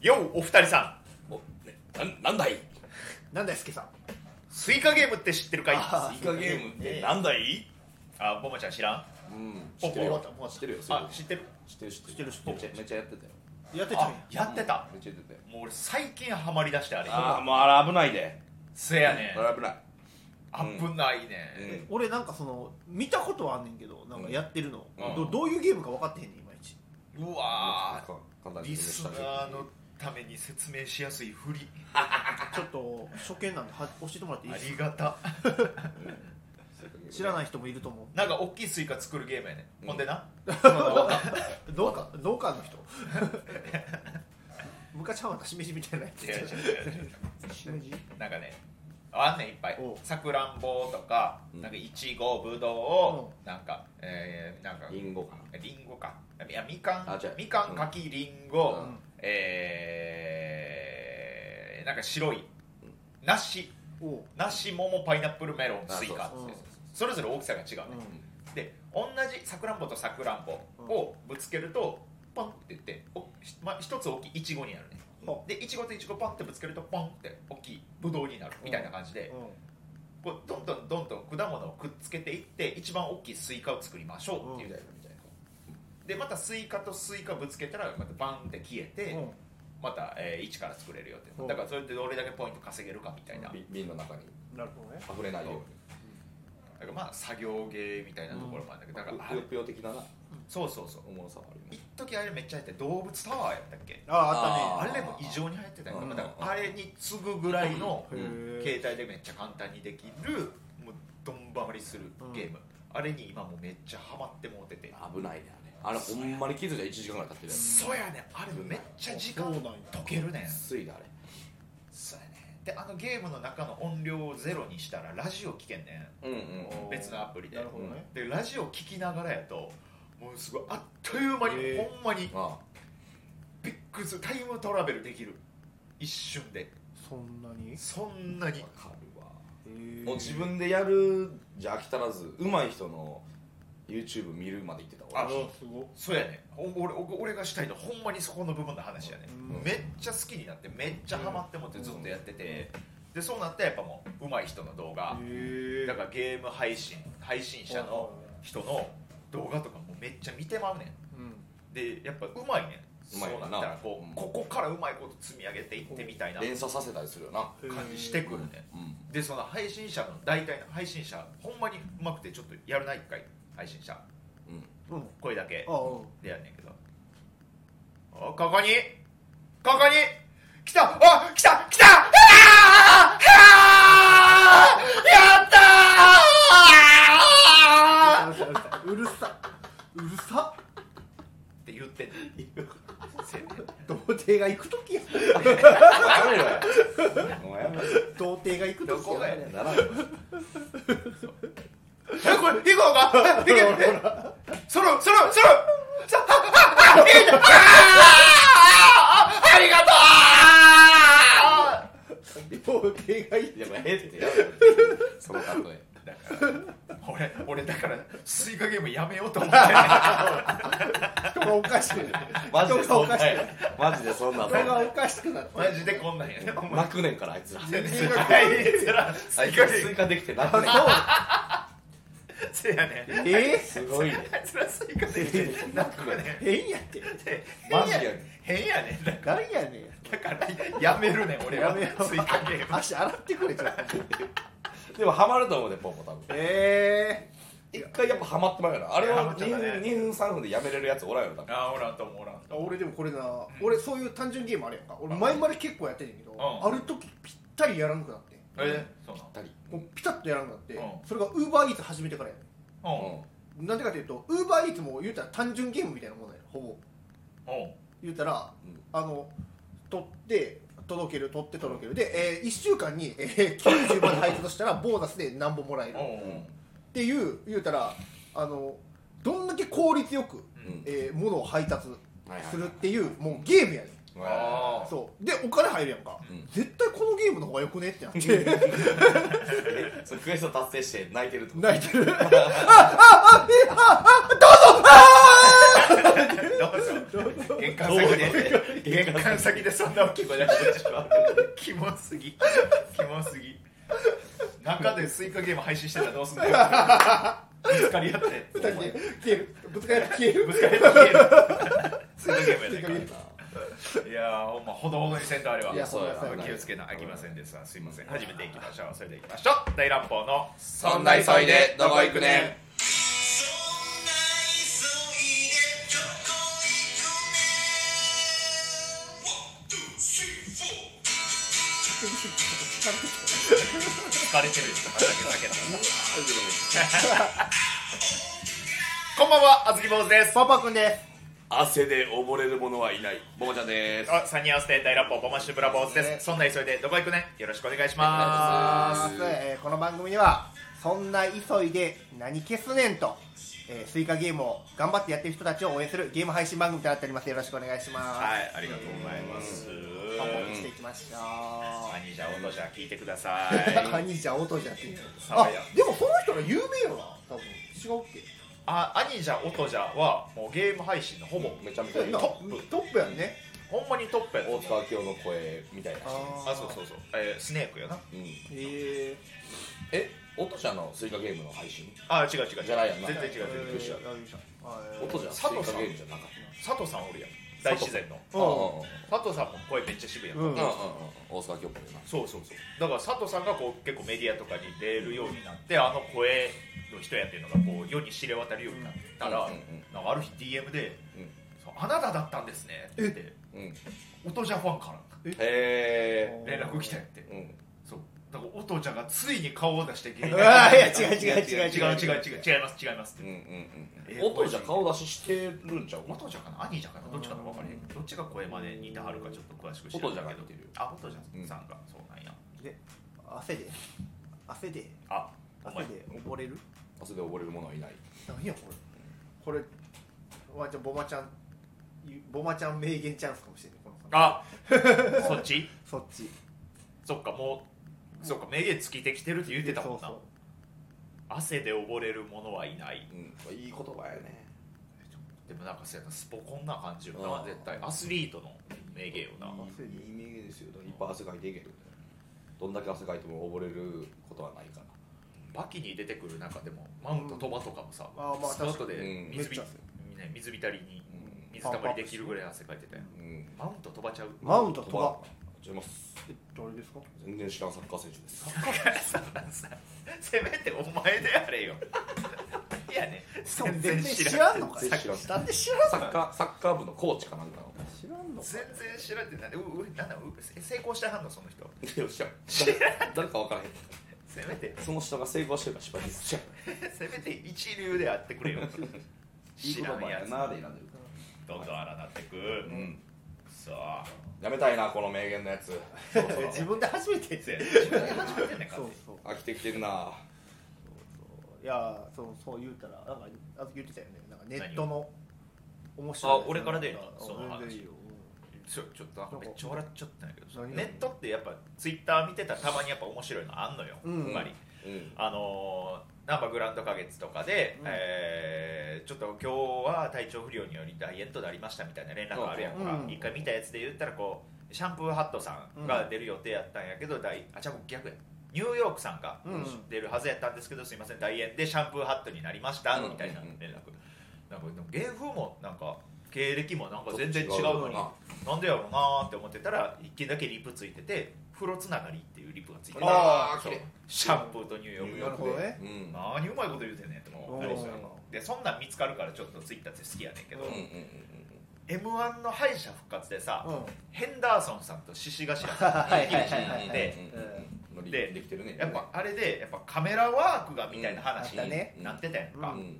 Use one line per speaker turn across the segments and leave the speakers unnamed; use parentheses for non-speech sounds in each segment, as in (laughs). ようお二人さ
おねなんなんだい
なんだよ、すけさん。
んスイカゲームって知ってるかい
あ
イカゲームっ
え
て
え
なんだい
あボマちゃん知らん
うん
知ってるよ
もう
知ってるよ
あ知ってる
知ってる知
ってる知ってる
めっちゃめっちゃやってたよ
やってちゃ
あ
うや
やってた
めっちゃやってたよ
もう俺最近ハマりだしてあれ
ああもうあれ危ないで
せやねん
あれ危ない
危ない
う
ね
ん
え俺なんかその見たことはあんねんけどなんかやってるの、
うん
どどういうゲームか分かってへんねんいまいち
うわ
か簡単
ー
に
リス
説
ナ
明したけど
ーのために説明しやすいふり
ちょっと初見なんでは教えてもらっていい
あ
です
り
か
がた
知ら
い
ない人もいると思
なんか大きいスイカ作るゲームやね
うん
ほんでな
う農家農家の人 (laughs) 昔はなんかしめじみたいなや
違う違う違う
つ
違う
しめじ
なんかねあんねんいっぱい
おう
さくらんぼとか
うん
なんかいちごぶどうをなんかえーなんか
リンゴか
りんごかいやみか
あ
ん
違う
みか
うんん
柿りんご
うん
えーなんか白い梨
おう
梨桃パイナップルメロン
あ
スイカ
そうそうそう
それぞれ大きさが違うね
うん
で同じさくらんぼとさくらんぼをぶつけるとポンって言っておひまあ、一つ大きいいちごになるね
ほ
でいちごといちごポンってぶつけるとポンって大きいぶどうになるみたいな感じで、
うん
こうどんどんどんどん果物をくっつけていって一番大きいスイカを作りましょうっていう、
みたいなみたいな
でまたスイカとスイカぶつけたらまたバンって消えて、
うん
また、えー、1から作れるよって、
うん
だからそれでどれだけポイント稼げるかみたいな,、
び瓶の中に
なるほどね
溢れないように
なんかまあ作業芸みたいなところもあるんだけど、だからあ
ぷよぷよ的なな
そうそうそう
おもろさもあるよ
一
ね
時あれめっちゃ流行って動物タワーやったっけ
あああ
あ
っ
れも異常に流行ってたよ、
うん
だからあれに次ぐぐらいの
たね
う
へ
携帯でめっちゃ簡単にできるもうどんばかりするゲーム、あれに今もうめっちゃハマってもうてて
危ないねあれあれほんまに気づいたら1時間ぐらい経ってるやつ
そうやねんあれめっちゃ時間
そうなんや
溶けるねん
ついだあれ
そうやねんであのゲームの中の音量をゼロにしたらラジオ聞けんね
うんうん
ん別のアプリで
なるほどね、
でラジオ聞きながらやともうすごいあっという間に、
へ
ほんまに
あ
びっくりするタイムトラベルできる一瞬で
そんなにへ
そんな
あ
に
わかるわ
え
もう自分でやるじゃ飽き足らず上手い人の YouTube 見るまで行ってた
あ
俺
すごっ
そうやねお俺お俺がしたいのほんまにそこの部分の話やね、
うん
めっちゃ好きになってめっちゃハマってもってずっとやってて、でそうなったらやっぱもう上手い人の動画、
へえ
だからゲーム配信配信者の人の動画とかもめっちゃ見てまうね
うん
んでやっぱ上手いねん
うまい
そ
よ
う
な
なったらこう、
うん
ここからうまいこと積み上げていってみたいな
連鎖させたりするよな
感じしてくるねん
うん
でその配信者の大体の配信者ほんまにうまくてちょっとやるな一回配信者
うん
うん
声だけ
ああうん
でやんねんけどおここにここに来たお来た来たあーあーやったーあー
うるさいうるさいうるさ
って言ってんね (laughs) んせやね
童貞が行く時や
やめろよお前やめろよ
童貞が行く
ど
時
こが
や
や
や
ね
め
ん
ろよならんよ
えこれ行こうかえ行けえそろそろそろさああああいいねあーあーありがとう
童貞が行く
いやもうええってやめろよその後で
だから俺俺だからスイカゲームやめようと思 (laughs) って
人がおかしくなる
マジで
人が
そ
お
ん
か
な
しくなる
マジでそんな
人がおかしくなる
マジでこんなんやねお前
泣くねんからあいつらあい
世界につらスイカ
つスイカできて泣くねん
あ
せやね
そうえ
すごいね
あいつらスイカできて泣くね
変やって
マジやね
変やねだ
なんやねん
からやめるね俺は
やめよう
スイカゲーム
足洗ってくれちゃう
でもハマると思うねポンポ多分
え
一回やっぱハマってまうよなあれ
ハマ
は
っちゃ
2
ったね
分二分3分でやめれるやつおらんよな多分
あおらんと思うおらん
ー、俺でもこれな俺そういう単純ゲームあるやんか俺前まで結構やってんねんけど、
うん
ある時ぴったりやらなくなって
えそうな
二人
もうピタッとやらなくなって、
うん
それがウーバーイーツ始めてからやね
の
んなんでかというとウーバーイーツも言うたら単純ゲームみたいなもんだよほぼ
うんうん
言うたら、
うん
あの取って届ける取って届けるで、えー、1週間に、えー、90まで配達したらボーナスで何本もらえるっ
うん
ていう言うたらあのどんだけ効率よく、
うん
えー、物を配達
はいはいはい
するっていうもうゲームやねん
うん
ああ
そうでお金入るやんか、
うん
絶対このゲームの方がよくねってなって
えそれクエスト達成して泣いてるってこと
泣いてる
どうぞ玄関先で玄関先でそんな大きい声出してしまうキモすぎキモすぎ中でスイカゲーム配信してたらどうすんだよぶつかり合って
二人で
(laughs)
消えるぶつかり合って消える
ぶつかり合って消えるスイカゲームや
スイカ
な
ゲ
い
ーム
かいやーほんまほどほどにせんとあれはい
やそうやそうや
気をつけなあきませんですわすいません始めていきましょうそれではいきましょう大乱暴の
そんな急いでどこ行くねん
疲れてる人畑酒のこんばんはあずき坊主です
パパくんです
汗で溺れる者はいないももちゃんです
あ、サニーアウスで大乱暴ボマッシュブラボーズです。そんな急いでどこ行くねん。よろしくお願いしま
あー
えーこの番組ではそんな急いで何消すねんと、えースイカゲームを頑張ってやってる人たちを応援するゲーム配信番組となっておりますよろしくお願いします
す。はい、ありがとうございます。
パパにしていきましょ
ア
う
ニージャオトジャ聞いてくださ
カ
い。
ニじゃ音じゃって
サ
あ
バヤ
でもその人が有名よな多分違うっけ
あ、アニージャオトジャはもうゲーム配信のほぼ
めちゃめち
ト
ゃいい
な
大
ップトップやんね
ほんまにトップやつ。
塚明夫の声みたいな
あ、そうそうそう。えースネークよな。
うん
へえ
え音じゃのスイカゲームの配信
あ、違う違う違う。
じゃないやんな
全然違う全
びっく
然
り
違
し
う。
た音じゃんスイ
佐
カ
藤さん
ゲームじゃなかっ
佐藤さんおるやん。大自然の。
た
うん
佐藤さんも声めっちゃ渋いやん。
うん
うんうんうん大塚明夫っぽいな
そうそうそうだから佐藤さんがこう結構メディアとかに出るようになってあの声の人やっていうのがこう世に知れ渡るようになったら、
うんうんうん
なんかある日 DM で
うん
「そうあなただったんですね」って
うん
音じゃファンから
へえ
連絡来たんやって
うん
そうだから音ちゃんがついに顔を出して
(laughs)
芸人
うわいや違う違う違う
違う違う違う違います違います
う
って、
んうんうん音じゃ顔出ししてるんちゃうかな
音じゃかな兄じゃかなどっちかの分かれへんどっちが声まで似てはるかちょっと詳しく知ら
音
ん
じゃが
け
似
ど
てるよ
あ音じゃさんが、そうなんや
で汗で汗で
あお
汗
前
で溺れる
汗で溺れる者はいない
何やこれこれわじゃあボマちゃんゆボマちゃん名言チャンスかもしれないこの感
あそっち
じそっち
そっかもうそっか名言尽きてきてるって言ってたもんな
そう
汗で溺れる者はいない
うんいい言葉やね
でもなんかそうやなスポコンな感じよな
あー
絶対アスリートの名言よない
い名言ですよいっぱい汗かいていけるどんだけ汗かいても溺れることはないから
バキに出てくる中でもマウントトマトかもさ、
うんあーまあ
スマート
確か
で
に
水び、
うん
ね、水浸りに
うん
水たまりできるぐらい汗かいてたよ
うん
マウント飛ばちゃう
マウントとか
違います
えどれですか
全然知らんサッカー選手です
ささ (laughs) せめてお前であれよ (laughs) いやね全然知らん
知らんのか
全然知らん
なんで知らん
サッカーサッカー部のコーチかなんかの
知らんの
全然知らんってなんでううなんだう成功してはんのその人
よっしゃ誰か分からへん
せめて
その人が成功してるか失敗ですじゃ
せめて一流であってくれよ
いい
知
言
らん
葉
や
や
つ
なで選んでる
どんどん荒なってく
うん
そうや
やめたいなこの名言のやつそろそろ
自分で初めて
自分で始めてんねんか
そうそう
飽きてきてるな
そういやそうそう言うたらなんかあずき言ってたよねなんかネットの面白い
あ俺からでいいの
なん
その話
全然いいよ
ちょちょっとなんかめっちゃ笑っちゃったんやけどさ
何
ネットってやっぱツイッター見てたらたまにやっぱ面白いのあんのよ、
うん
つまり
うん
あのー、なんかグランド花月とかで、
うん
えーちょっと今日は体調不良によりダイエットでありましたみたいな連絡あるやんか、
うん
一回見たやつで言ったらこうシャンプーハットさんが出る予定やったんやけど、ダイあじゃあ逆やニューヨークさんが
うん
出るはずやったんですけど、すいません大円でシャンプーハットになりました
うん
みたいな連絡、なんかでも芸風もなんか経歴もなんか全然違うのに
な
なんでやろうなーって思ってたら一件だけリプついてて風呂つながりっていうリプがついてて
あー
そう
綺麗
シャンプーとニューヨーク
なるほどね
うん
何うまいこと言うてんねんって思ったりするのでそんなん見つかるからちょっとツイッターって好きやねんけど、
うんうん
m 1の敗者復活でさ、
うん
ヘンダーソンさんと獅子頭さんが
はいはいはい
うん
はい
うん
で
うんうん
で
できてるね
やっぱあれでやっぱカメラワークがみたいな話
うんあったね
になってたやんか、
うん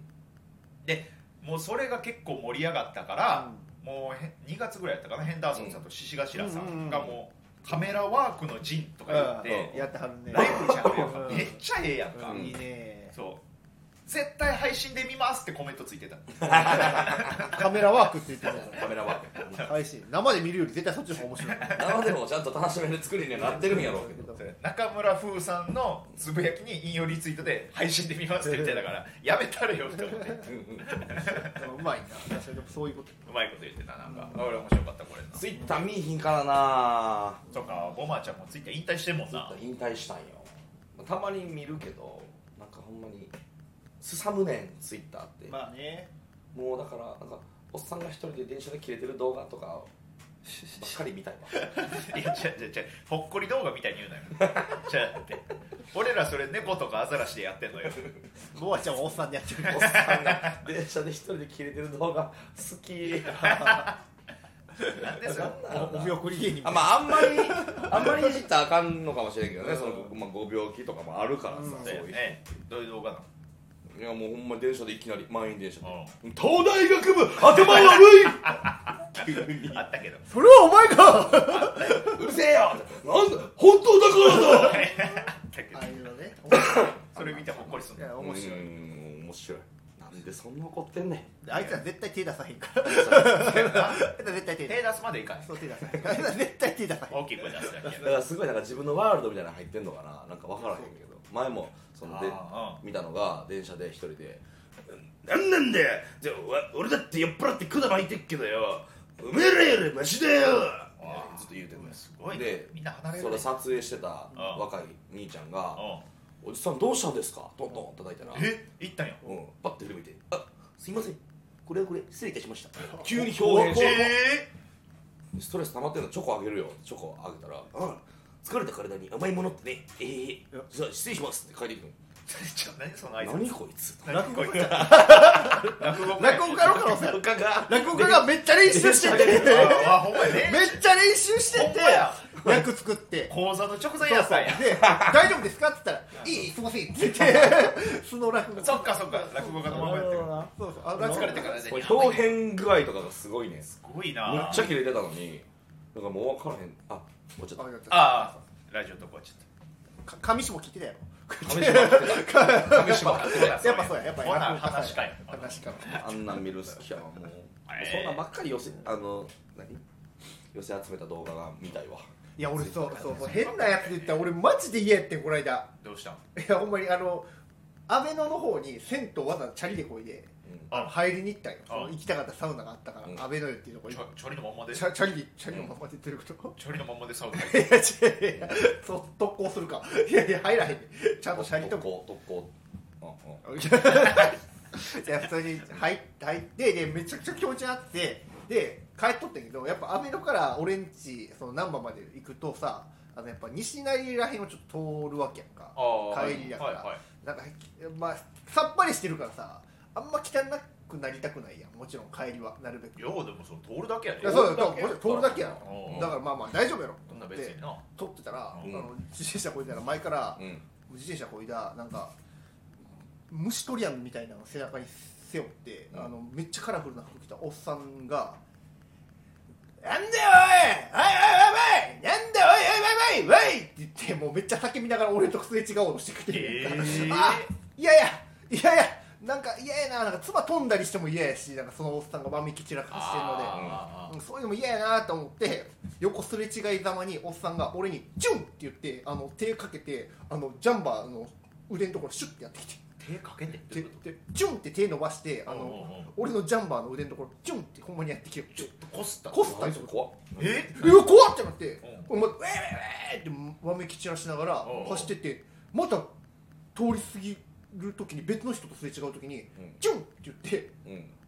もうそれが結構盛り上がったから、もうへ2月ぐらいやったかなヘンダーソンさんと獅子頭さんがもうカメラワークの陣とか言って、
やってはるね
ライブじゃんやっぱ
うん
めっちゃええやんか、
うん
いいね
そう絶対配信で見ますってコメントついてた
カメラワークって言ってる
カメラワーク
から配信生で見るより絶対そっちの方が面白い
生でもちゃんと楽しめる作りにはなってるんやろうけど
それ中村風さんのつぶやきに引用リツイートで配信で見ますって言ってたからやめたれよって思って
うまいな確かにそういうこと
うまいこと言ってたなんか俺面白かったこれな
ツイッター見いひんからな
そっかボマーちゃんもツイッター引退してんもんな
引退したんよたまに見るけどなんかほんまにすさむねんツイッターって、
まあね
もうだからなんかおっさんが一人で電車で切れてる動画とかばっかり見たいわ
いや違う違う違うほっこり動画みたいに言うなよじゃあって俺らそれ猫とかアザラシでやってんのよ
ボアちゃんはおっさんでやってる
おっさんが電車で一人で切れてる動画好
(laughs)
き
なんでそれ
お見送り芸人みた
あ
い
ま
な
ああんまりあんまりいじったらあかんのかもしれんけどねその、まあ、ご病気とかもあるからさ、
うん
そういう
ねどういう動画なの
いやもうほんま電車でいきなり満員電車で
う
東大学部頭悪い
あったけど
それはお前か
うるせえよなんだ本当だからだ
あったけど
ああいうのね
それ見てほっこりすん
い
の
や面白い
うん面白いなんでそんな怒ってんねん
あいつは絶対手出さへんからあいつは絶対
手
手出さへん
出すまでいかへん
そう手出さへんあいつは絶対手出さへん
大きい声出すだけ
だからすごいなんか自分のワールドみたいなの入ってんのかななんか分からへんけど前もそので
あ
見たのが電車で一人で「なんなんだよじゃあわ俺だって酔っ払って管巻いてっけどよおめえらよりマシだよ!」ずっと言うてんのよ
すごいね
で
みんな離れる
そ
ね
れ撮影してた
あ
若い兄ちゃんが
う
「おじさんどうしたんですか?」トントン叩いたら
んえ行ったんや
うん、パッと振り向いて「あすいませんこれはこれ失礼いたしま (laughs) した」急に表現して
え
「ストレス溜まってんのチョコあげるよ」チョコあげたら「うん疲れた体に甘いものってねええ
や
じゃあ失礼します」って帰ってきて
ーちょ何その
「
挨
何
拶
こいつ」
落語家落語
落語家の可能性ある
他が
落語家がめっちゃ練習して (laughs) て
あーあほんまやね
めっちゃ練習して
ほん
て
まや
役作って
講座の直前
そう
や
そ
ったん
う
や
で大丈夫ですかって言ったら「いいすいませ
(laughs)
ん」って言ってその落語
そっかそっか落語家のままやってる
そうそうあ
疲れてから
これ表現具合とかがすごいね
すごい
め
な
っちゃ切れてたのにだからもう分からへんあもうちょっと
ああラジオとこはちょっと
か上下聞いてたやろ
試しまくって
やっぱ
やっぱそうややっぱ
ほな
落語家さん
話かよ
話か
たあんなん見る好きやわもう
えー
そんなんばっかり寄せあの何寄せ集めた動画が見たいわ
いや俺そうそうそう変なやつで言ったら俺マジで嫌やってんこの間
どうしたん
いやほんまにあの阿部野の方に銭湯わざわざチャリでこいで
うん
あ
入りに行ったんよ
あ
その行きたかったサウナがあったか
うん
ら阿部野湯っていうとこに
ちょちょりのまんまで
チャチャリチャリのまま出てること
(laughs) ちょりのまんまでサウ
(laughs)
ナ
いや違ういやいやそう特攻するかいやいや入らへんねちゃんとシャリと
特
も
攻特攻うんうん
(laughs) いや普通に入って入ってでめちゃくちゃ気持ちあってで帰っとったけどやっぱアメロから俺んちその難波まで行くとさあのやっぱ西成らへんをちょっと通るわけやんか帰りやから、なんかまあさっぱりしてるからさあんま汚くなりたくないやんもちろん帰りはなるべく
ようでもそう通るだけやで
いやそうだ
通るだけ
よ通るだけや
おうお
ろ
う
だからまあまあ大丈夫やろ
そ
と
ん
思
な
っ
別
て
にな
撮ってたら、
うん
あの自転車こいだら前から
うん
自転車こいだなんか虫取り網みたいなの背中に背負って、
うん
あのめっちゃカラフルな服着たおっさんが「なんだよおいおいおいおいおいなんだおいおいおいおいおい!」って言ってもうめっちゃ叫びながら俺とすれ違おうとしてきて、
えー
あいやいやいやいやなんか嫌やななんか唾飛んだりしても嫌やしなんかそのおっさんがわめき散らかしてるので。
あ
うんそういうのも嫌やなと思って横すれ違いざまにおっさんが俺に「ジュン!」って言ってあの手かけてあのジャンバーの腕のところシュッてやってきて
ー手かけてって
手
こと
手ジュンって手伸ばしてあ
うんうんうん
の俺のジャンバーの腕のところジュンってほんまにやってきよって
こすった
こすったり
ちょ
と
っと
か
怖っ
え
え怖っってなってお前ウェーウェーウェーってわめき散らしながら
うんうん
走ってってまた通り過ぎる時に別の人とすれ違う時に
うん
「ジュン!」って言って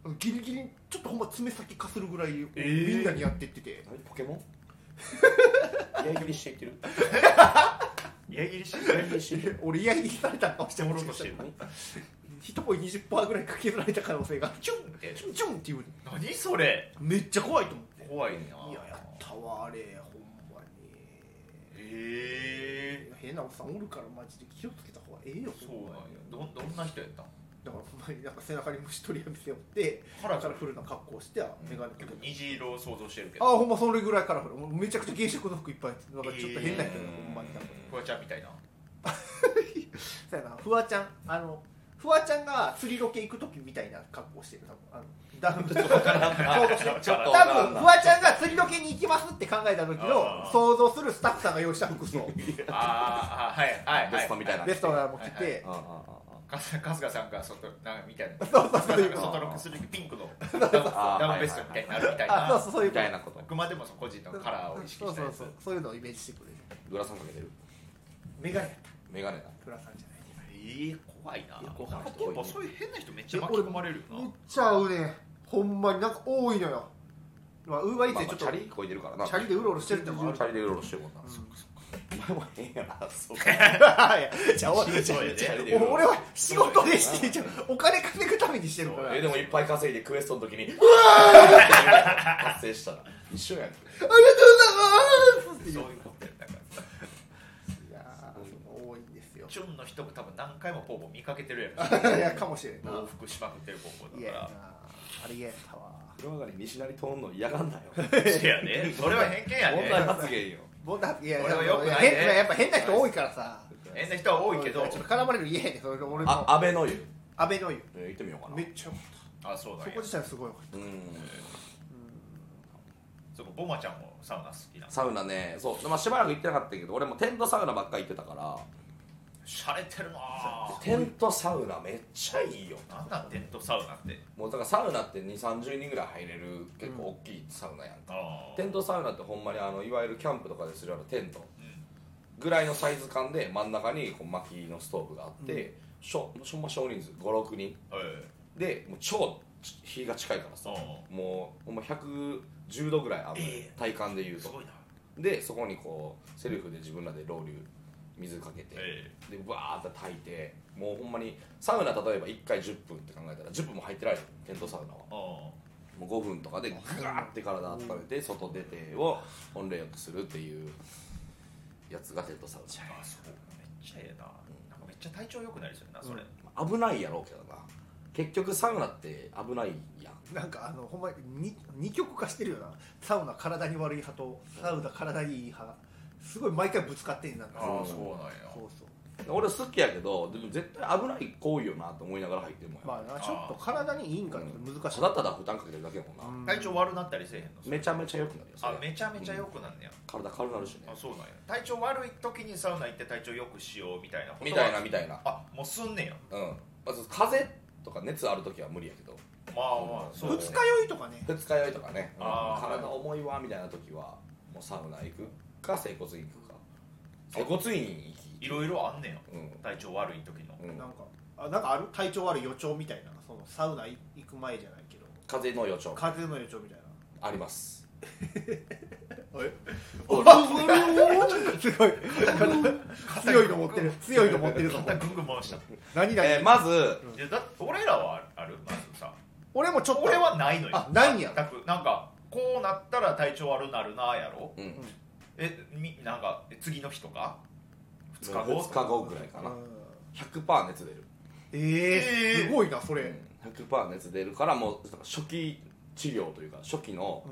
うん
ギリギリちょっとほんま爪先かするぐらい
えー
みんなにやってってて。
(laughs)
何ポケ (laughs) モン矢切りしていってる
矢切し
矢切りしていってる
俺嫌にされたかもしれ
も
な
ろ
いう
としてる
一声20%ぐらいかけられた可能性が
チュンって
チュンチュンっていう
何それ
めっちゃ怖いと思って
怖いない
ややったわあれほんまに
ええ
変なおっさんおるからマジで気をつけた方がええよ
そう
ほ
なん
んま
や
に
どんどんな人やったん
だからほんまになんか背中に虫取り網背負って
カラ
カラ
フル
フルな格好して眼鏡か
結
けて
構虹色を想像してるけ
あ
ど
ほんまそれぐらいカラフルもうめちゃくちゃ原色の服いっぱい着てなんかちょっと変な人だ
えー
(laughs) ほんまになんか
フワちゃんみたいな
そうやなフワちゃんあのフワちゃんが釣りロケ行く時みたいな格好してる多分あのダウン
ちょっとわからんなちょっとわ
多
からん
分
な
フワちゃんが釣りロケに行きますって考えた時
あ
の
ー
想像するスタッフさんが用意した服装
あーあーはいはいはい
ベストみたいな
ベストなのも着
はい
て
うんうんうんうん
春日春日さんが外なんかみたいなそうそうそう外ロックする時ピンクのダウンダウンベストみたいになるみたい
あそう
な
そうそうい
み
うこ
た
と
いなこと
あくまでもその個人のカラーを意識
そう
した
そ
や
う
つ
そうそういうのをイメージしてくれる
グラサンかけてる
メガネやった
メガネだ
倉さんじゃない
えー、怖いな
怖い
なんか結構そういう変な人めっちゃ
え
巻き込まれるよ
めっ
な
ちゃ合うねほんまになんか多いのよまあウーバーイ
まあ
ー
ま
ツ
あ
で
チャ
ちょっと
リこいでるからな
チャリでうろうろしてるってのもある
チャリでうろうろしてるもんな
そっか
お前もええやなそう
(laughs) いやじゃあお
そうやで
でうろうろ
俺は仕事でしてじゃあお金稼ぐためにしてるから
えでもいっぱい稼いでクエストの時
(laughs)
に「うわー!」達成したら一緒やん
ありがとうございますって
そ
言
う
う
いうことやだから
いやー多いんですよ
チュンの人も多分何回もポーポー見かけてるやろ
いやかもしれんな
往復しまくってるポーポ
い
ー
や
だ
な
か
ありえたわ
広がり西成通んの嫌がんなよ
らせやねそれは偏見や
問題
ね
発言よ
ボンダいや
俺は良く
いや
ないね
変なやっぱ変な人多いからさ
変な人は多いけど
ちょっと絡まれる家でそれで俺
あ
も
安倍の湯ね
安倍の湯
行ってみようかな
めっちゃ
あそうだ
そ
ね
こ自体すごいよかった
うん
そこボマちゃんもサウナ好きなの
サウナねそう、まあ、しばらく行ってなかったけど俺もテントサウナばっかり行ってたから
しゃれてるなぁ
テントサウナめっちゃいいよな
なんなんテントサウナって
もうだからサウナって2 3 0人ぐらい入れる結構大きいサウナやんか、
あ
テントサウナってほんまにあのいわゆるキャンプとかでするあのテント
うん
ぐらいのサイズ感で真ん中にこう薪のストーブがあって、しょしょんま少人数56人
え
でもう超ち日が近いからさ
そう
もうほんま110度ぐらいある、
え
体感でいう
す
と
ごいな
でそこにこうセルフで自分らでロウリュ水かけて、
え
でわーって炊いてもうほんまにサウナ例えば1回10分って考えたら10分も入ってないよテントサウナは
えあ
もう5分とかでグワーって体温めて外出てを本礼よくするっていうやつがテントサウ
ああそうめっちゃええななんかめっちゃ体調良くなりそうやなそれ
ナ危ないやろうけどな結局サウナって危ないやん
なんかあのほんまに二極化してるよなサウナ体に悪い派とサウナ体にいい派すごい毎回ぶつかってんねんなんか
あ
ああ
そ
そううなんや
そうそう
俺好きやけどでも絶対危ない行為よなと思いながら入ってるもんや、
まあなちょっと体にいいんかって難しい
ただただ負担かけてるだけやもんな、
うん
体調悪なったりせえへんの
めちゃめちゃ良くなるよそれ
あめちゃめちゃ良くなんねや
体軽くなるしね
あそうなんや体調悪い時にサウナ行って体調良くしようみたいなことは
みたいなみたいな
あもうすんねや
うんまず風邪とか熱ある時は無理やけど
まあまあそう
二日酔いとかね
二日酔いとかね、
あー
体重いわみたいな時はもうサウナ行くか整骨院行くか整骨院に行き
いろいろあんねや
うん
体調悪い時の
うん
なんかあなんかある体調悪い予兆みたいなそのサウナ行く前じゃないけど
風邪の予兆
風邪の予兆みたいな
あります
(laughs) すごい強いの持ってる強いの持ってるぞ
肩ぐんぐん回したい
何々、
えーまず
やだって俺らはあるまずさ
俺もちょっと
俺はないのよ
あないんや
全くなんかこうなったら体調悪なるなやろ
うん
えみなんかえ次の日とか2日後
2日後ぐらいか
う
なん100%熱出る
えー、
えー
すごいなそれ、
うん100%熱出るからもう初期治療というか初期の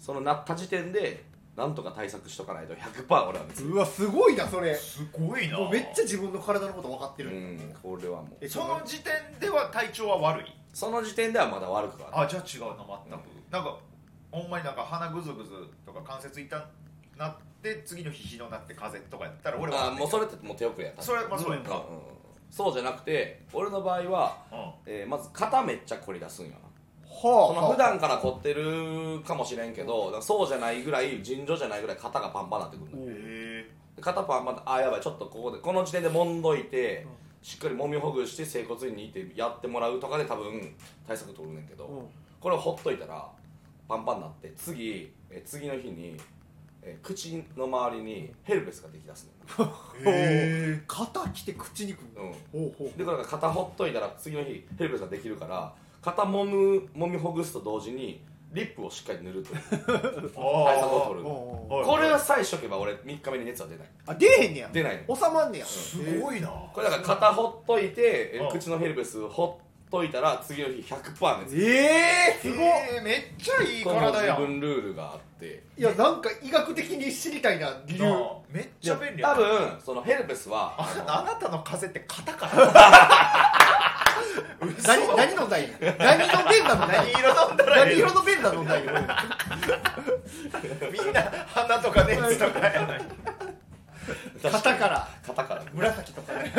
そのなった時点でなんとか対策しとかないと100%俺は熱
う
出る
んうわすごいなそれ
すごいな
もうめっちゃ自分の体のこと分かって
う
る、
んこれはもう
え
その時点では体調は悪い
その時点ではまだ悪くはない
あじゃあ違うな全く、なんかほんまになんか鼻ぐずぐずとか関節痛なって次の日ひどなって風邪とかやったら俺は
あもうそれってもう手遅れや
それまあそうやん
うんうん
か、
そうじゃなくて俺の場合は、
うん
えーまず肩めっちゃ凝り出すんよな
は
そ
あ
の普
はあ
段から凝ってるかもしれんけどだからそうじゃないぐらい尋常じゃないぐらい肩がパンパンになってくるのよ
へ
で肩パンパンあやばいちょっとここでこの時点で揉んどいて、
うん
しっかり揉みほぐして整骨院に行ってやってもらうとかで多分対策取るねんけど、
うん
これをほっといたらパンパンになって次えー次の日に、えー口の周りにヘルペスができだすのよ
えへえ
肩きて口にく
(laughs)
る、
うん
ほうほう
でこれが肩ほっといたら次の日ヘルペスができるから肩揉む揉みほぐすと同時にリップをしっかり塗るという対策を取る
おうおう
これはさえしとけば俺3日目に熱は出ない
あ出えへんねや
出ないの
収まんねや
すごいな
これだから肩ほっといてえ
うん
口のヘルペスほっといたら次の日100%熱
ええー、すごっ、
えーめっちゃいい
この
体や
自
ん
分ルールがあって
いやなんか医学的に知りたいな理由
なあめっちゃ便利や
多
な
分そのヘルペスは
(laughs) ああなたの風邪って肩から
(laughs) 何何飲んだんや何の便だ飲んだ
(laughs)
ん
何
や
色飲んだら
何
いいの
色の便だ飲んだんや
みんな花とか熱とかやない
肩から
肩から
紫とかね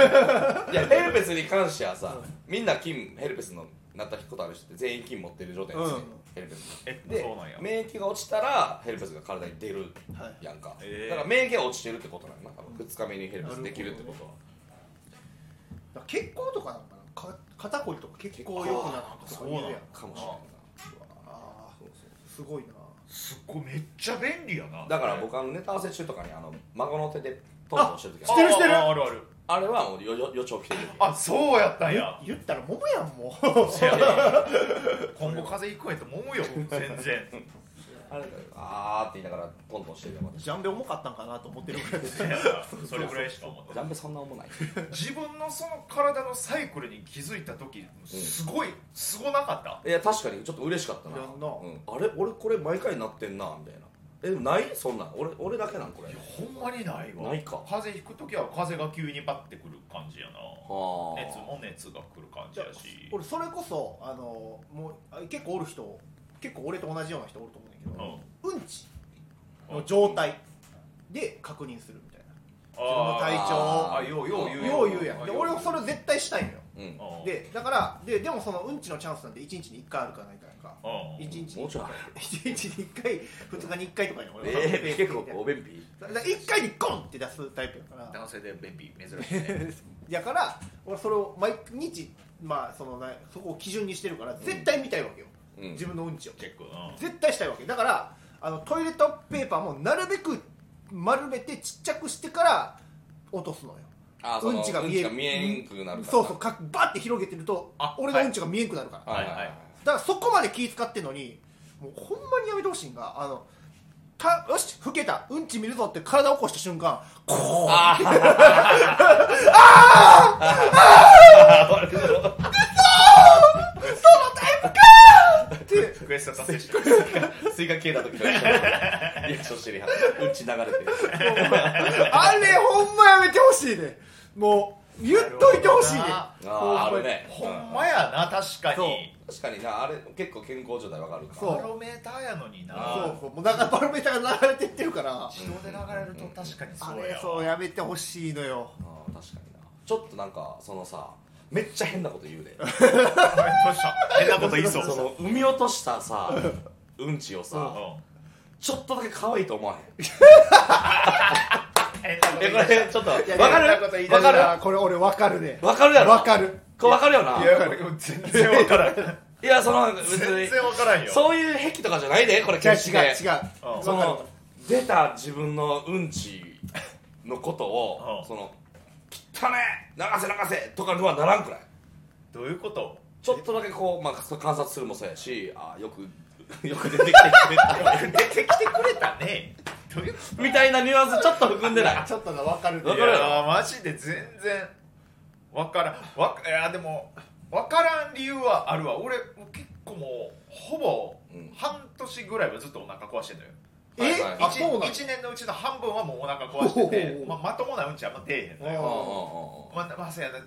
いやヘルペスに関してはさ、みんな金ヘルペスのなったことある人って全員金持ってる状態ですよ、
うん
ヘルペス
え
で
そうなんや
免疫が落ちたらヘルペスが体に出るやんか、
えー
だから免疫が落ちてるってことなんやな多分2日目にヘルペスできるってことは、
血行とかなんかなか肩こりとか血行良くなるとか
そうなん
言うやん
かもしれない
あーすごいな
すっごいめっちゃ便利やな
なだから
あ
僕あのネタ合わせ中とかにあの孫の手でトントンしてる時
あ
ある
るしてる
ああるある
あれはもうよよ予兆来てる時
あそうやったんや
言ったらももやんもう
せやな今後風邪ひくんやったらもむよ全然
あれだよあーって言いながらトントンしてるよまた
ジャンベ重かったんかなと思ってる
(laughs)
ぐらいで
せやな (laughs) それぐらいしか思って
ジャンベそんな重ない
(laughs) 自分のその体のサイクルに気づいた時すごいすごなかった
いや確かにちょっと嬉しかったな
やんな
うん、あれ俺これ毎回なってんなみたいなえでもないそんなん俺俺だけなんこれ
いやほんまにないわ
ないか
風邪ひく時は風が急にバッてくる感じやな
は
熱も熱がくる感じやし
俺それこそあのもうあ結構おる人結構俺と同じような人おると思うんだけど、うんちの状態で確認するみたいな
あーあようよう言う
よう言うやんで
よ
俺もそれ絶対したいのよ
うん
うん
でだからででもそのうんちのチャンスなんで1日に1回あるかないかやんか
うん
1日
も
に
うちょいある
1日に1回2日に1回とかやん俺は
えー、結構おべんぴ
だから1回にゴンって出すタイプだから
男性で便秘珍しいね
だから俺それを毎日まあそのなそこを基準にしてるから絶対見たいわけよ、
うん
自分のうんちを
(laughs) 結 (laughs) 構な
絶対したいわけだからあのトイレットペーパーもなるべく丸めてちっちゃくしてから落とすのよ
あーそのうんちが見えんくなるからな
そうそうかバッて広げてると
あ
俺のうんちが見えんくなるから、
はいはい
だからそこまで気使ってんのにもうほんまにやめてほしいんがあのたよし老けたうんち見るぞって体起こした瞬間こう
あ
(laughs)
ー
って
クエスト達成した
スイカ消えた時のリ (laughs) アクションしてるやんうんち流れてる
あれほんまやめてほしいねもう言っといてほしいね
な
あーあるね
ほんまやな確かに
確かになあれ結構健康状態わかるから
そう
バロメーターやのに
そ
な
うそうもうなんかバロメーターが流れてってるから
自動で流れると確かに
あ
そう
れ
や
そう
わ
やめてほしいのよ
あー確かになちょっとなんかそのさめっちゃ変なこと言うで
どうした変なこと言 (laughs) いそう
その産み落とし
(laughs)
たさうんちをさ
う
ちょっとだけ可愛いと思わへん
ん変なこと
え
言いそう
これちょっとわか
や
る
変なこと言いな
わ
が
かる
ら
あこれ俺わかるね
わかるやろ
わかる
これわかるよない
や、でも (laughs) 全然わからん。
いやその別
全
に
然わからんよ。
そういう癖とかじゃないでこれ
違う違
決して
う違う
うん
そ
わか
の出た自分のうんちのことを
うん
その汚ね流せ流せとかにはならんくらい
どういうこと
ちょっとだけこう、まあ、そう観察するもそうやしあよくよく出てきてくれた
出てきてくれたね。どういうこ
みたいなニュアンスちょっと含んでない
ちょっとなわかる
と
わ
ね
い
かるやろ
やマジで全然わからん。わかいや、でも、わからん理由はあるわ。俺、もう結構もう、ほぼ
うん、
半年ぐらいはずっとお腹壊してんのよ。
はい
え
はいはい
あそうなんや
1, 年のうちの半分はもうお腹壊して
おうおうお
て、
う
ままともなうんちあんま出えへんのよ。
うんうんうんうん
まあ、まあ、そうやな。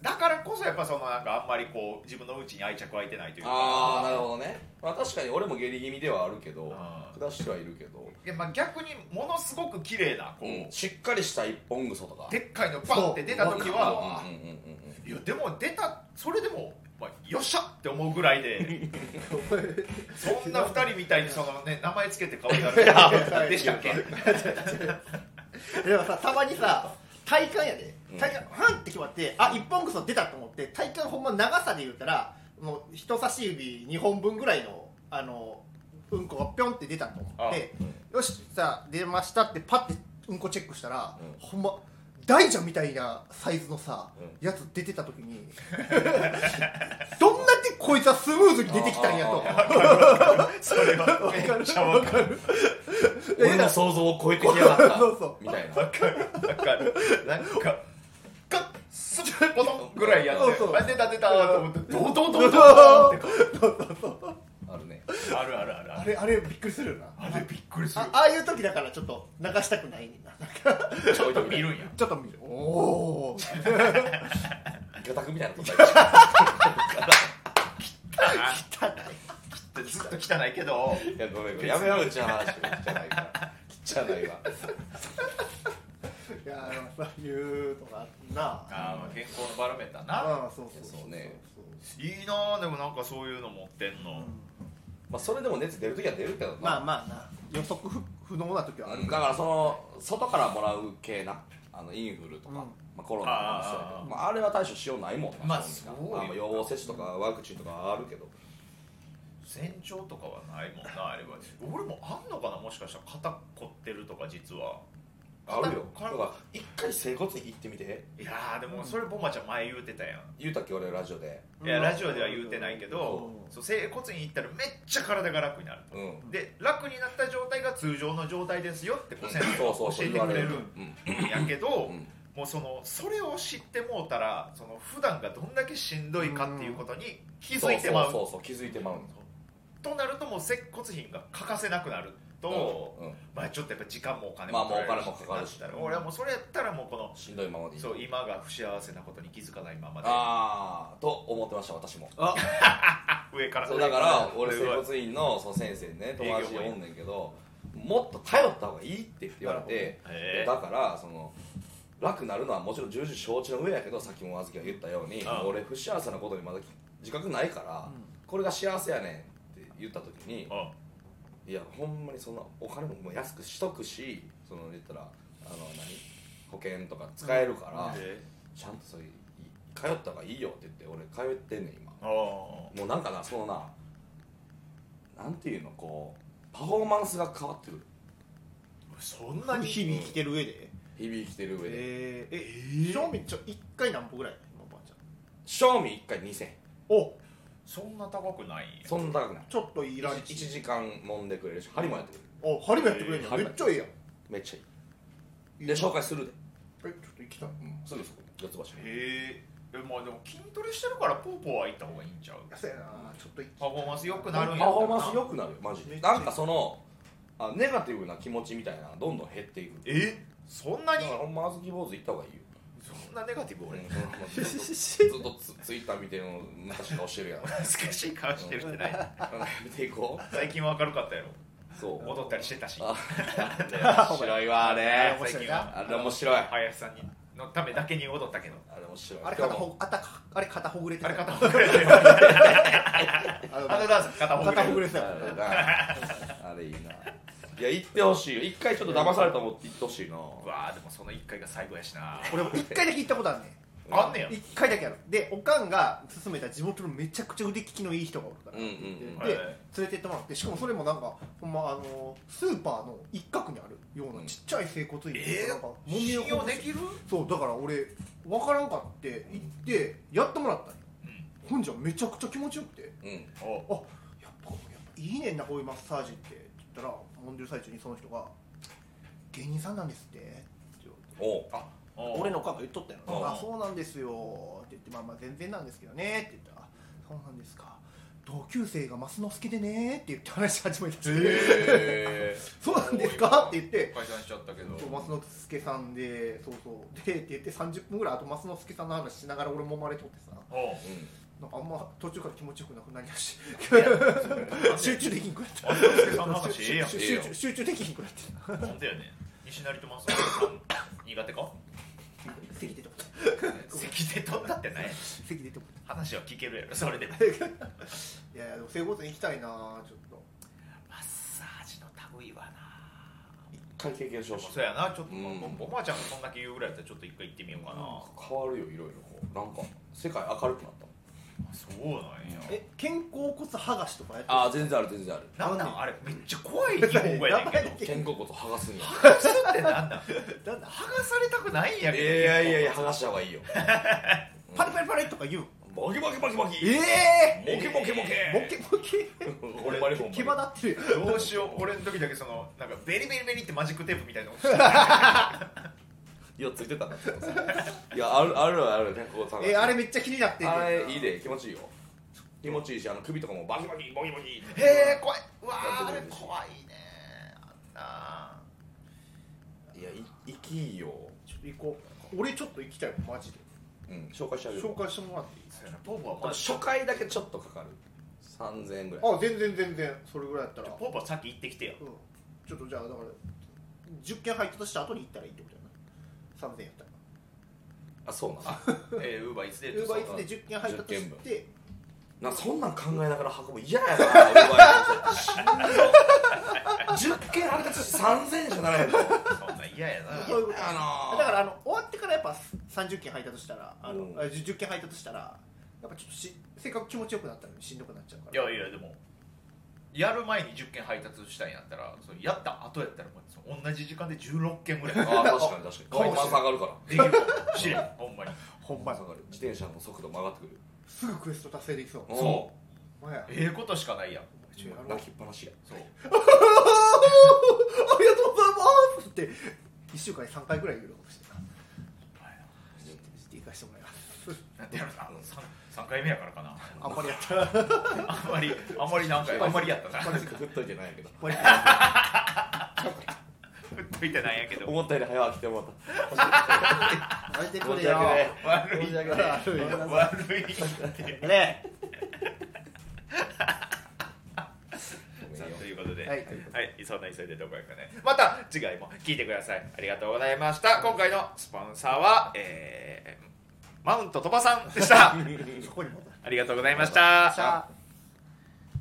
だからこそやっぱそのなんかあんまりこう自分のうちに愛着湧いてないというか
ああなるほどね、まあ、確かに俺も下痢気味ではあるけ
う
ど
ん
下してはいるけど、
いやまあ逆にものすごく綺麗なこう、
しっかりした一本ぐそとか
でっかいのバンって出た時
うん
は
うんうんうんうん
いやでも出たそれでも、まあ、よっしゃって思うぐらいでそんな2人みたいにその、ね、名前つけて顔になるでしたっけ
でもさたまにさ体感やで体感ハンって決まってあ一本ぐそ出たと思って体感ほんま長さで言ったらもう人差し指2本分ぐらいのあのうんこがぴょんって出たと思ってよしさあ出ましたってパッてうんこチェックしたら、
うん
ほんま大蛇みたいなサイズのさ、
う
やつ出てた時に (laughs) どんだけこいつはスムーズに出てきた
(laughs)
んやと
あー
それはめっちゃわかる
俺の想像を超えてきやがった
そうそう
(laughs) みたいな
わかるわかるなんかガッスッポトンぐらいやって
そうそう
あ出た出たと思ってドドドドドンって
あるね
あるあるあるあ
あ
る
れあれびっくりするよな
あれびっくりする
あああいう時だからちょっと流したくないねんな
ちょっと見るんや
ちょっと見るおお
(laughs) ガタクみたいなこと
っと汚いけど
いやごめんごめんやめよううちの話汚いから (laughs) 汚いわ
いやーそういうのがあるな
あーまあ健康のバロメーターな
ああそうそう
いやそうね
そう
いいなあでもなんかそういうの持ってんの、
まあそれでも熱出るときは出るけどな
まあまあな予測不不能な時はある
だからその外からもらう系なあのインフルとか、
うん
まあ、コロナとかもそうや
あ
け
ー
どまあ、あれは対処しようないもんな
まあ
正
そうよ
直なまあまあ予防接種とかワクチンとかあるけど
前兆とかはないもんなあれは俺もあんのかなもしかしたら肩凝ってるとか実は
あるよだ
こ
か
れ
ら一回整骨院行ってみて
いやーでもそれボマちゃん前言うてたやん
言うたっけ俺ラジオで
いやラジオでは言うてないけど
うん
そう整骨院行ったらめっちゃ体が楽になる
うん
で楽になった状態が通常の状態ですよってこう先生
そう
が
そ
教
うそう
えて
言わ
くれ
れる
る
うん
んやけど
うん
もうそのそれを知ってもうたらその普段がどんだけしんどいかっていうことに気づいてまう
そうそうそう気づいてまうん
となるともう接骨院が欠かせなくなると、
うんうん
まあちょっとやっぱ時間もお金
まあ
も
もうお金も
取られるし
かか
な
るし
ったら俺はもうそれやったらもうこの
しんどいままでいい
そう今が不幸せなことに気づかないままで
ああと思ってました私も
あ
上から
そうだから俺整
は
骨院のその先生にね友達
営業もいい
おんねんけどもっと頼った方がいいって言われて
なるほどへえ
だからその楽なるのはもちろん重々承知の上やけどさっきもあずきが言ったように
ああ
俺不幸せなことにまだ自覚ないからこれが幸せやねんって言った時に
うん
いやほんまにそんなお金ももう安くしとくしその言ったらあの何保険とか使えるから
で
ちゃんとそれ通った方がいいよって言って俺通ってんねん今
ああ
もうなんかなそのななんていうのこうパフォーマンスが変わってくる
そんな
何
に
日々生きてる上で
日々生きてる上で
えー、え賞味ちょ一回何歩ぐらい今ばあちゃん
賞味1回2000
お
そんな高くないんや
そんな高くない
ちょっといいラン
1,
チ
時間揉んでくれるし針もやってくれる
お針もやってくれんやん
えー
めっちゃいいやん
めっちゃいいで紹介するで、
えちょっと行きたい
うん、すぐそこ四つ橋に
へええまあでも筋トレしてるからポーポーは行った方がいいんちゃう
安いなちょっと行き
パフォーマンス良く
パ
な
フ
るんや
ォーマン
よ
ス良くなるよマジ
め
で
っちゃいい
なんかそのあネガティブな気持ちみたいなのがどんどん減っていく
えそんな
だ
に
からほんまあずき坊主行った方がいいよ
そんなネガティブ俺
うんそのままずっとずっとツツイッター見てるの昔顔してるや (laughs) ん
恥ずかしい顔してるってない
見ていこ
最近は明るかったやろ
うそう
踊ったりしてたし
あなんだよ面白いわあれ
面白いな
あれ面白いあ
林さんにのためだけに踊ったけど
れ面白い
あれ肩ほあたかあれ肩ほぐれて
あれ
た
片方ぐらいだよ
あの
あのダンス片方ぐら
肩
い
ほぐれてた
あれなあれいいないや行ってほしいよ一回ちょっと騙されたと思って行ってほしいな
うわーでもその1回が最後やしな
俺も一回だけ行ったことあるね
あんねや
一回だけあるでおかんが勧めた地元のめちゃくちゃ腕利きのいい人がおるから、
うんうん
うん
で
はいはい
連れてってもらってしかもそれもなんかほんまあのスーパーの一角にあるようなちっちゃい整骨院
え
なんか
ー、信
を
用できる
そうだから俺分からんかって行ってやってもらったんよ
うん
ほんじゃめちゃくちゃ気持ちよくて
うんうん
お
あやっぱやっぱいいねんなこういうマッサージってって言ったら揉んでる最中にその人が「芸人さんなんですって」って言われて
おう
お
俺のおかんが言っとったよ
うん
あそうなんですよ」って言って「まあまあ全然なんですけどね」って言ったらあ「そうなんですか同級生がマスノスケでね」って言って話し始めたし
へー
そうなんですか?」って言って
解散しちゃったけど
そうマスノスケさんでそうそうでって言って30分ぐらいあとマスノスケさんの話しながら俺揉まれとってさ
おう
なんかあんま途中から気持ちよくなくなりだし
いや
(laughs) 集中できんくなった
マスノスケさんの話ええやん
集
ええや
集
ん
中集中できひんくなって
なんだよね西成とマスノスケさん苦手か
席出てもらっ
席で取ったってない
た席出てもらっ
話は聞けるやろそれでマ
(laughs) たいやいやでも整骨院行きたいなちょっと
ッサージの類はな
一回経験してほしい
そうやなちょっと、まあ
うん
おばあちゃんがそんだけ言うぐらいだったらちょっと一回行ってみようかな、
変わるよいろいろこうなんか世界明るくなっ
そうなんや
え肩甲骨剥がしとかやって
たああ全然ある全然ある
なんなんあれめっちゃ怖い疑 (laughs)
る
問やねんけど
肩甲骨剥がすには
剥がすってなんなん
なんだ
剥がされたくないんや
い
けど
やいやいやいや剥がした方がいいよ
パリパリパリとか言う
ボキボキボキボキ
え
ボキボキボ
え
キ
ボケボケ
ほんまにほんまに
牙だってるよ
どうしよう俺の時だけそのなんかベリベリベリってマジックテープみたい (laughs) なの
いやついてたなっていやあるあるあるねここ探して
えあれめっちゃ気になってんねんな
あれいいで気持ちいいよ気持ちいいしあの首とかもバキバキボキボキ
へえ怖いうわ
や
ー
っ
あ
て
れ
くれるし
怖いねあ
いやい生きいいよ、
ちょっと行こう俺ちょっと行きたいマジで
うん、紹介してあげる
紹介してもらっていい
んなそうやなポーポーは
これ
ま
初回だけちょっとかかる3000円ぐらい
あ全然全然それぐらいだったら
ポーポーさっき行ってきてよ
うんちょっとじゃあだから10件入ったとした後に行ったらいいってことやな3000円やったら
あそうな
えウーバーいつで
ウーバーイーツで10件入ったとして
のなそんなん考えながら運ぶ嫌や (laughs) な奪い物10件あれだと3000円じゃない
そ
の
んなん嫌やな
そういうこと
あの
だからあの終わってからやっぱ30件入ったとしたらあの、
うん
あ10 10件入ったとしたらやっぱちょっとしせっかく気持ちよくなったのにしんどくなっちゃうか
いや
ら
いやでもやる前に10件配達したいんやったらそれやった後やったらもうその同じ時間で16件ぐらい
あー確かに確かに
かもしれん
ガン下がるから
できるかもしれんほんまに
ほんま
ガン
や
下がる自転車の速度曲がってくる
すぐクエスト達成できそう
うん
そ
お前や
ええことしかないやん
一緒にやろうありが
泣
と
きっぱなしや
そう
うございますって1週間に3回ぐらい言うのかもしれないちょっと言い返してもらいます
なんてやろな 3, 三回目やからかな
あんまりやったら
あんまりあんまりなんかあんまりやったな
マジか振っといてないんやけど
割
振っといてないんやけど
(laughs) 思ったより早飽きてもらっ (laughs)
とれて
た
く
申
れ
し
よ
訳ない
悪い
申し訳ない
悪いよ
悪いって
ね
ごめん
さ
よ
あということで、
はい
はい、そんな急いでどこやかね。また次回も聞いてください。ありがとうございました。今回のスポンサーは、えーマウント鳥羽さんでした。
そこに戻る
(laughs)
ありがとうございました。
さあ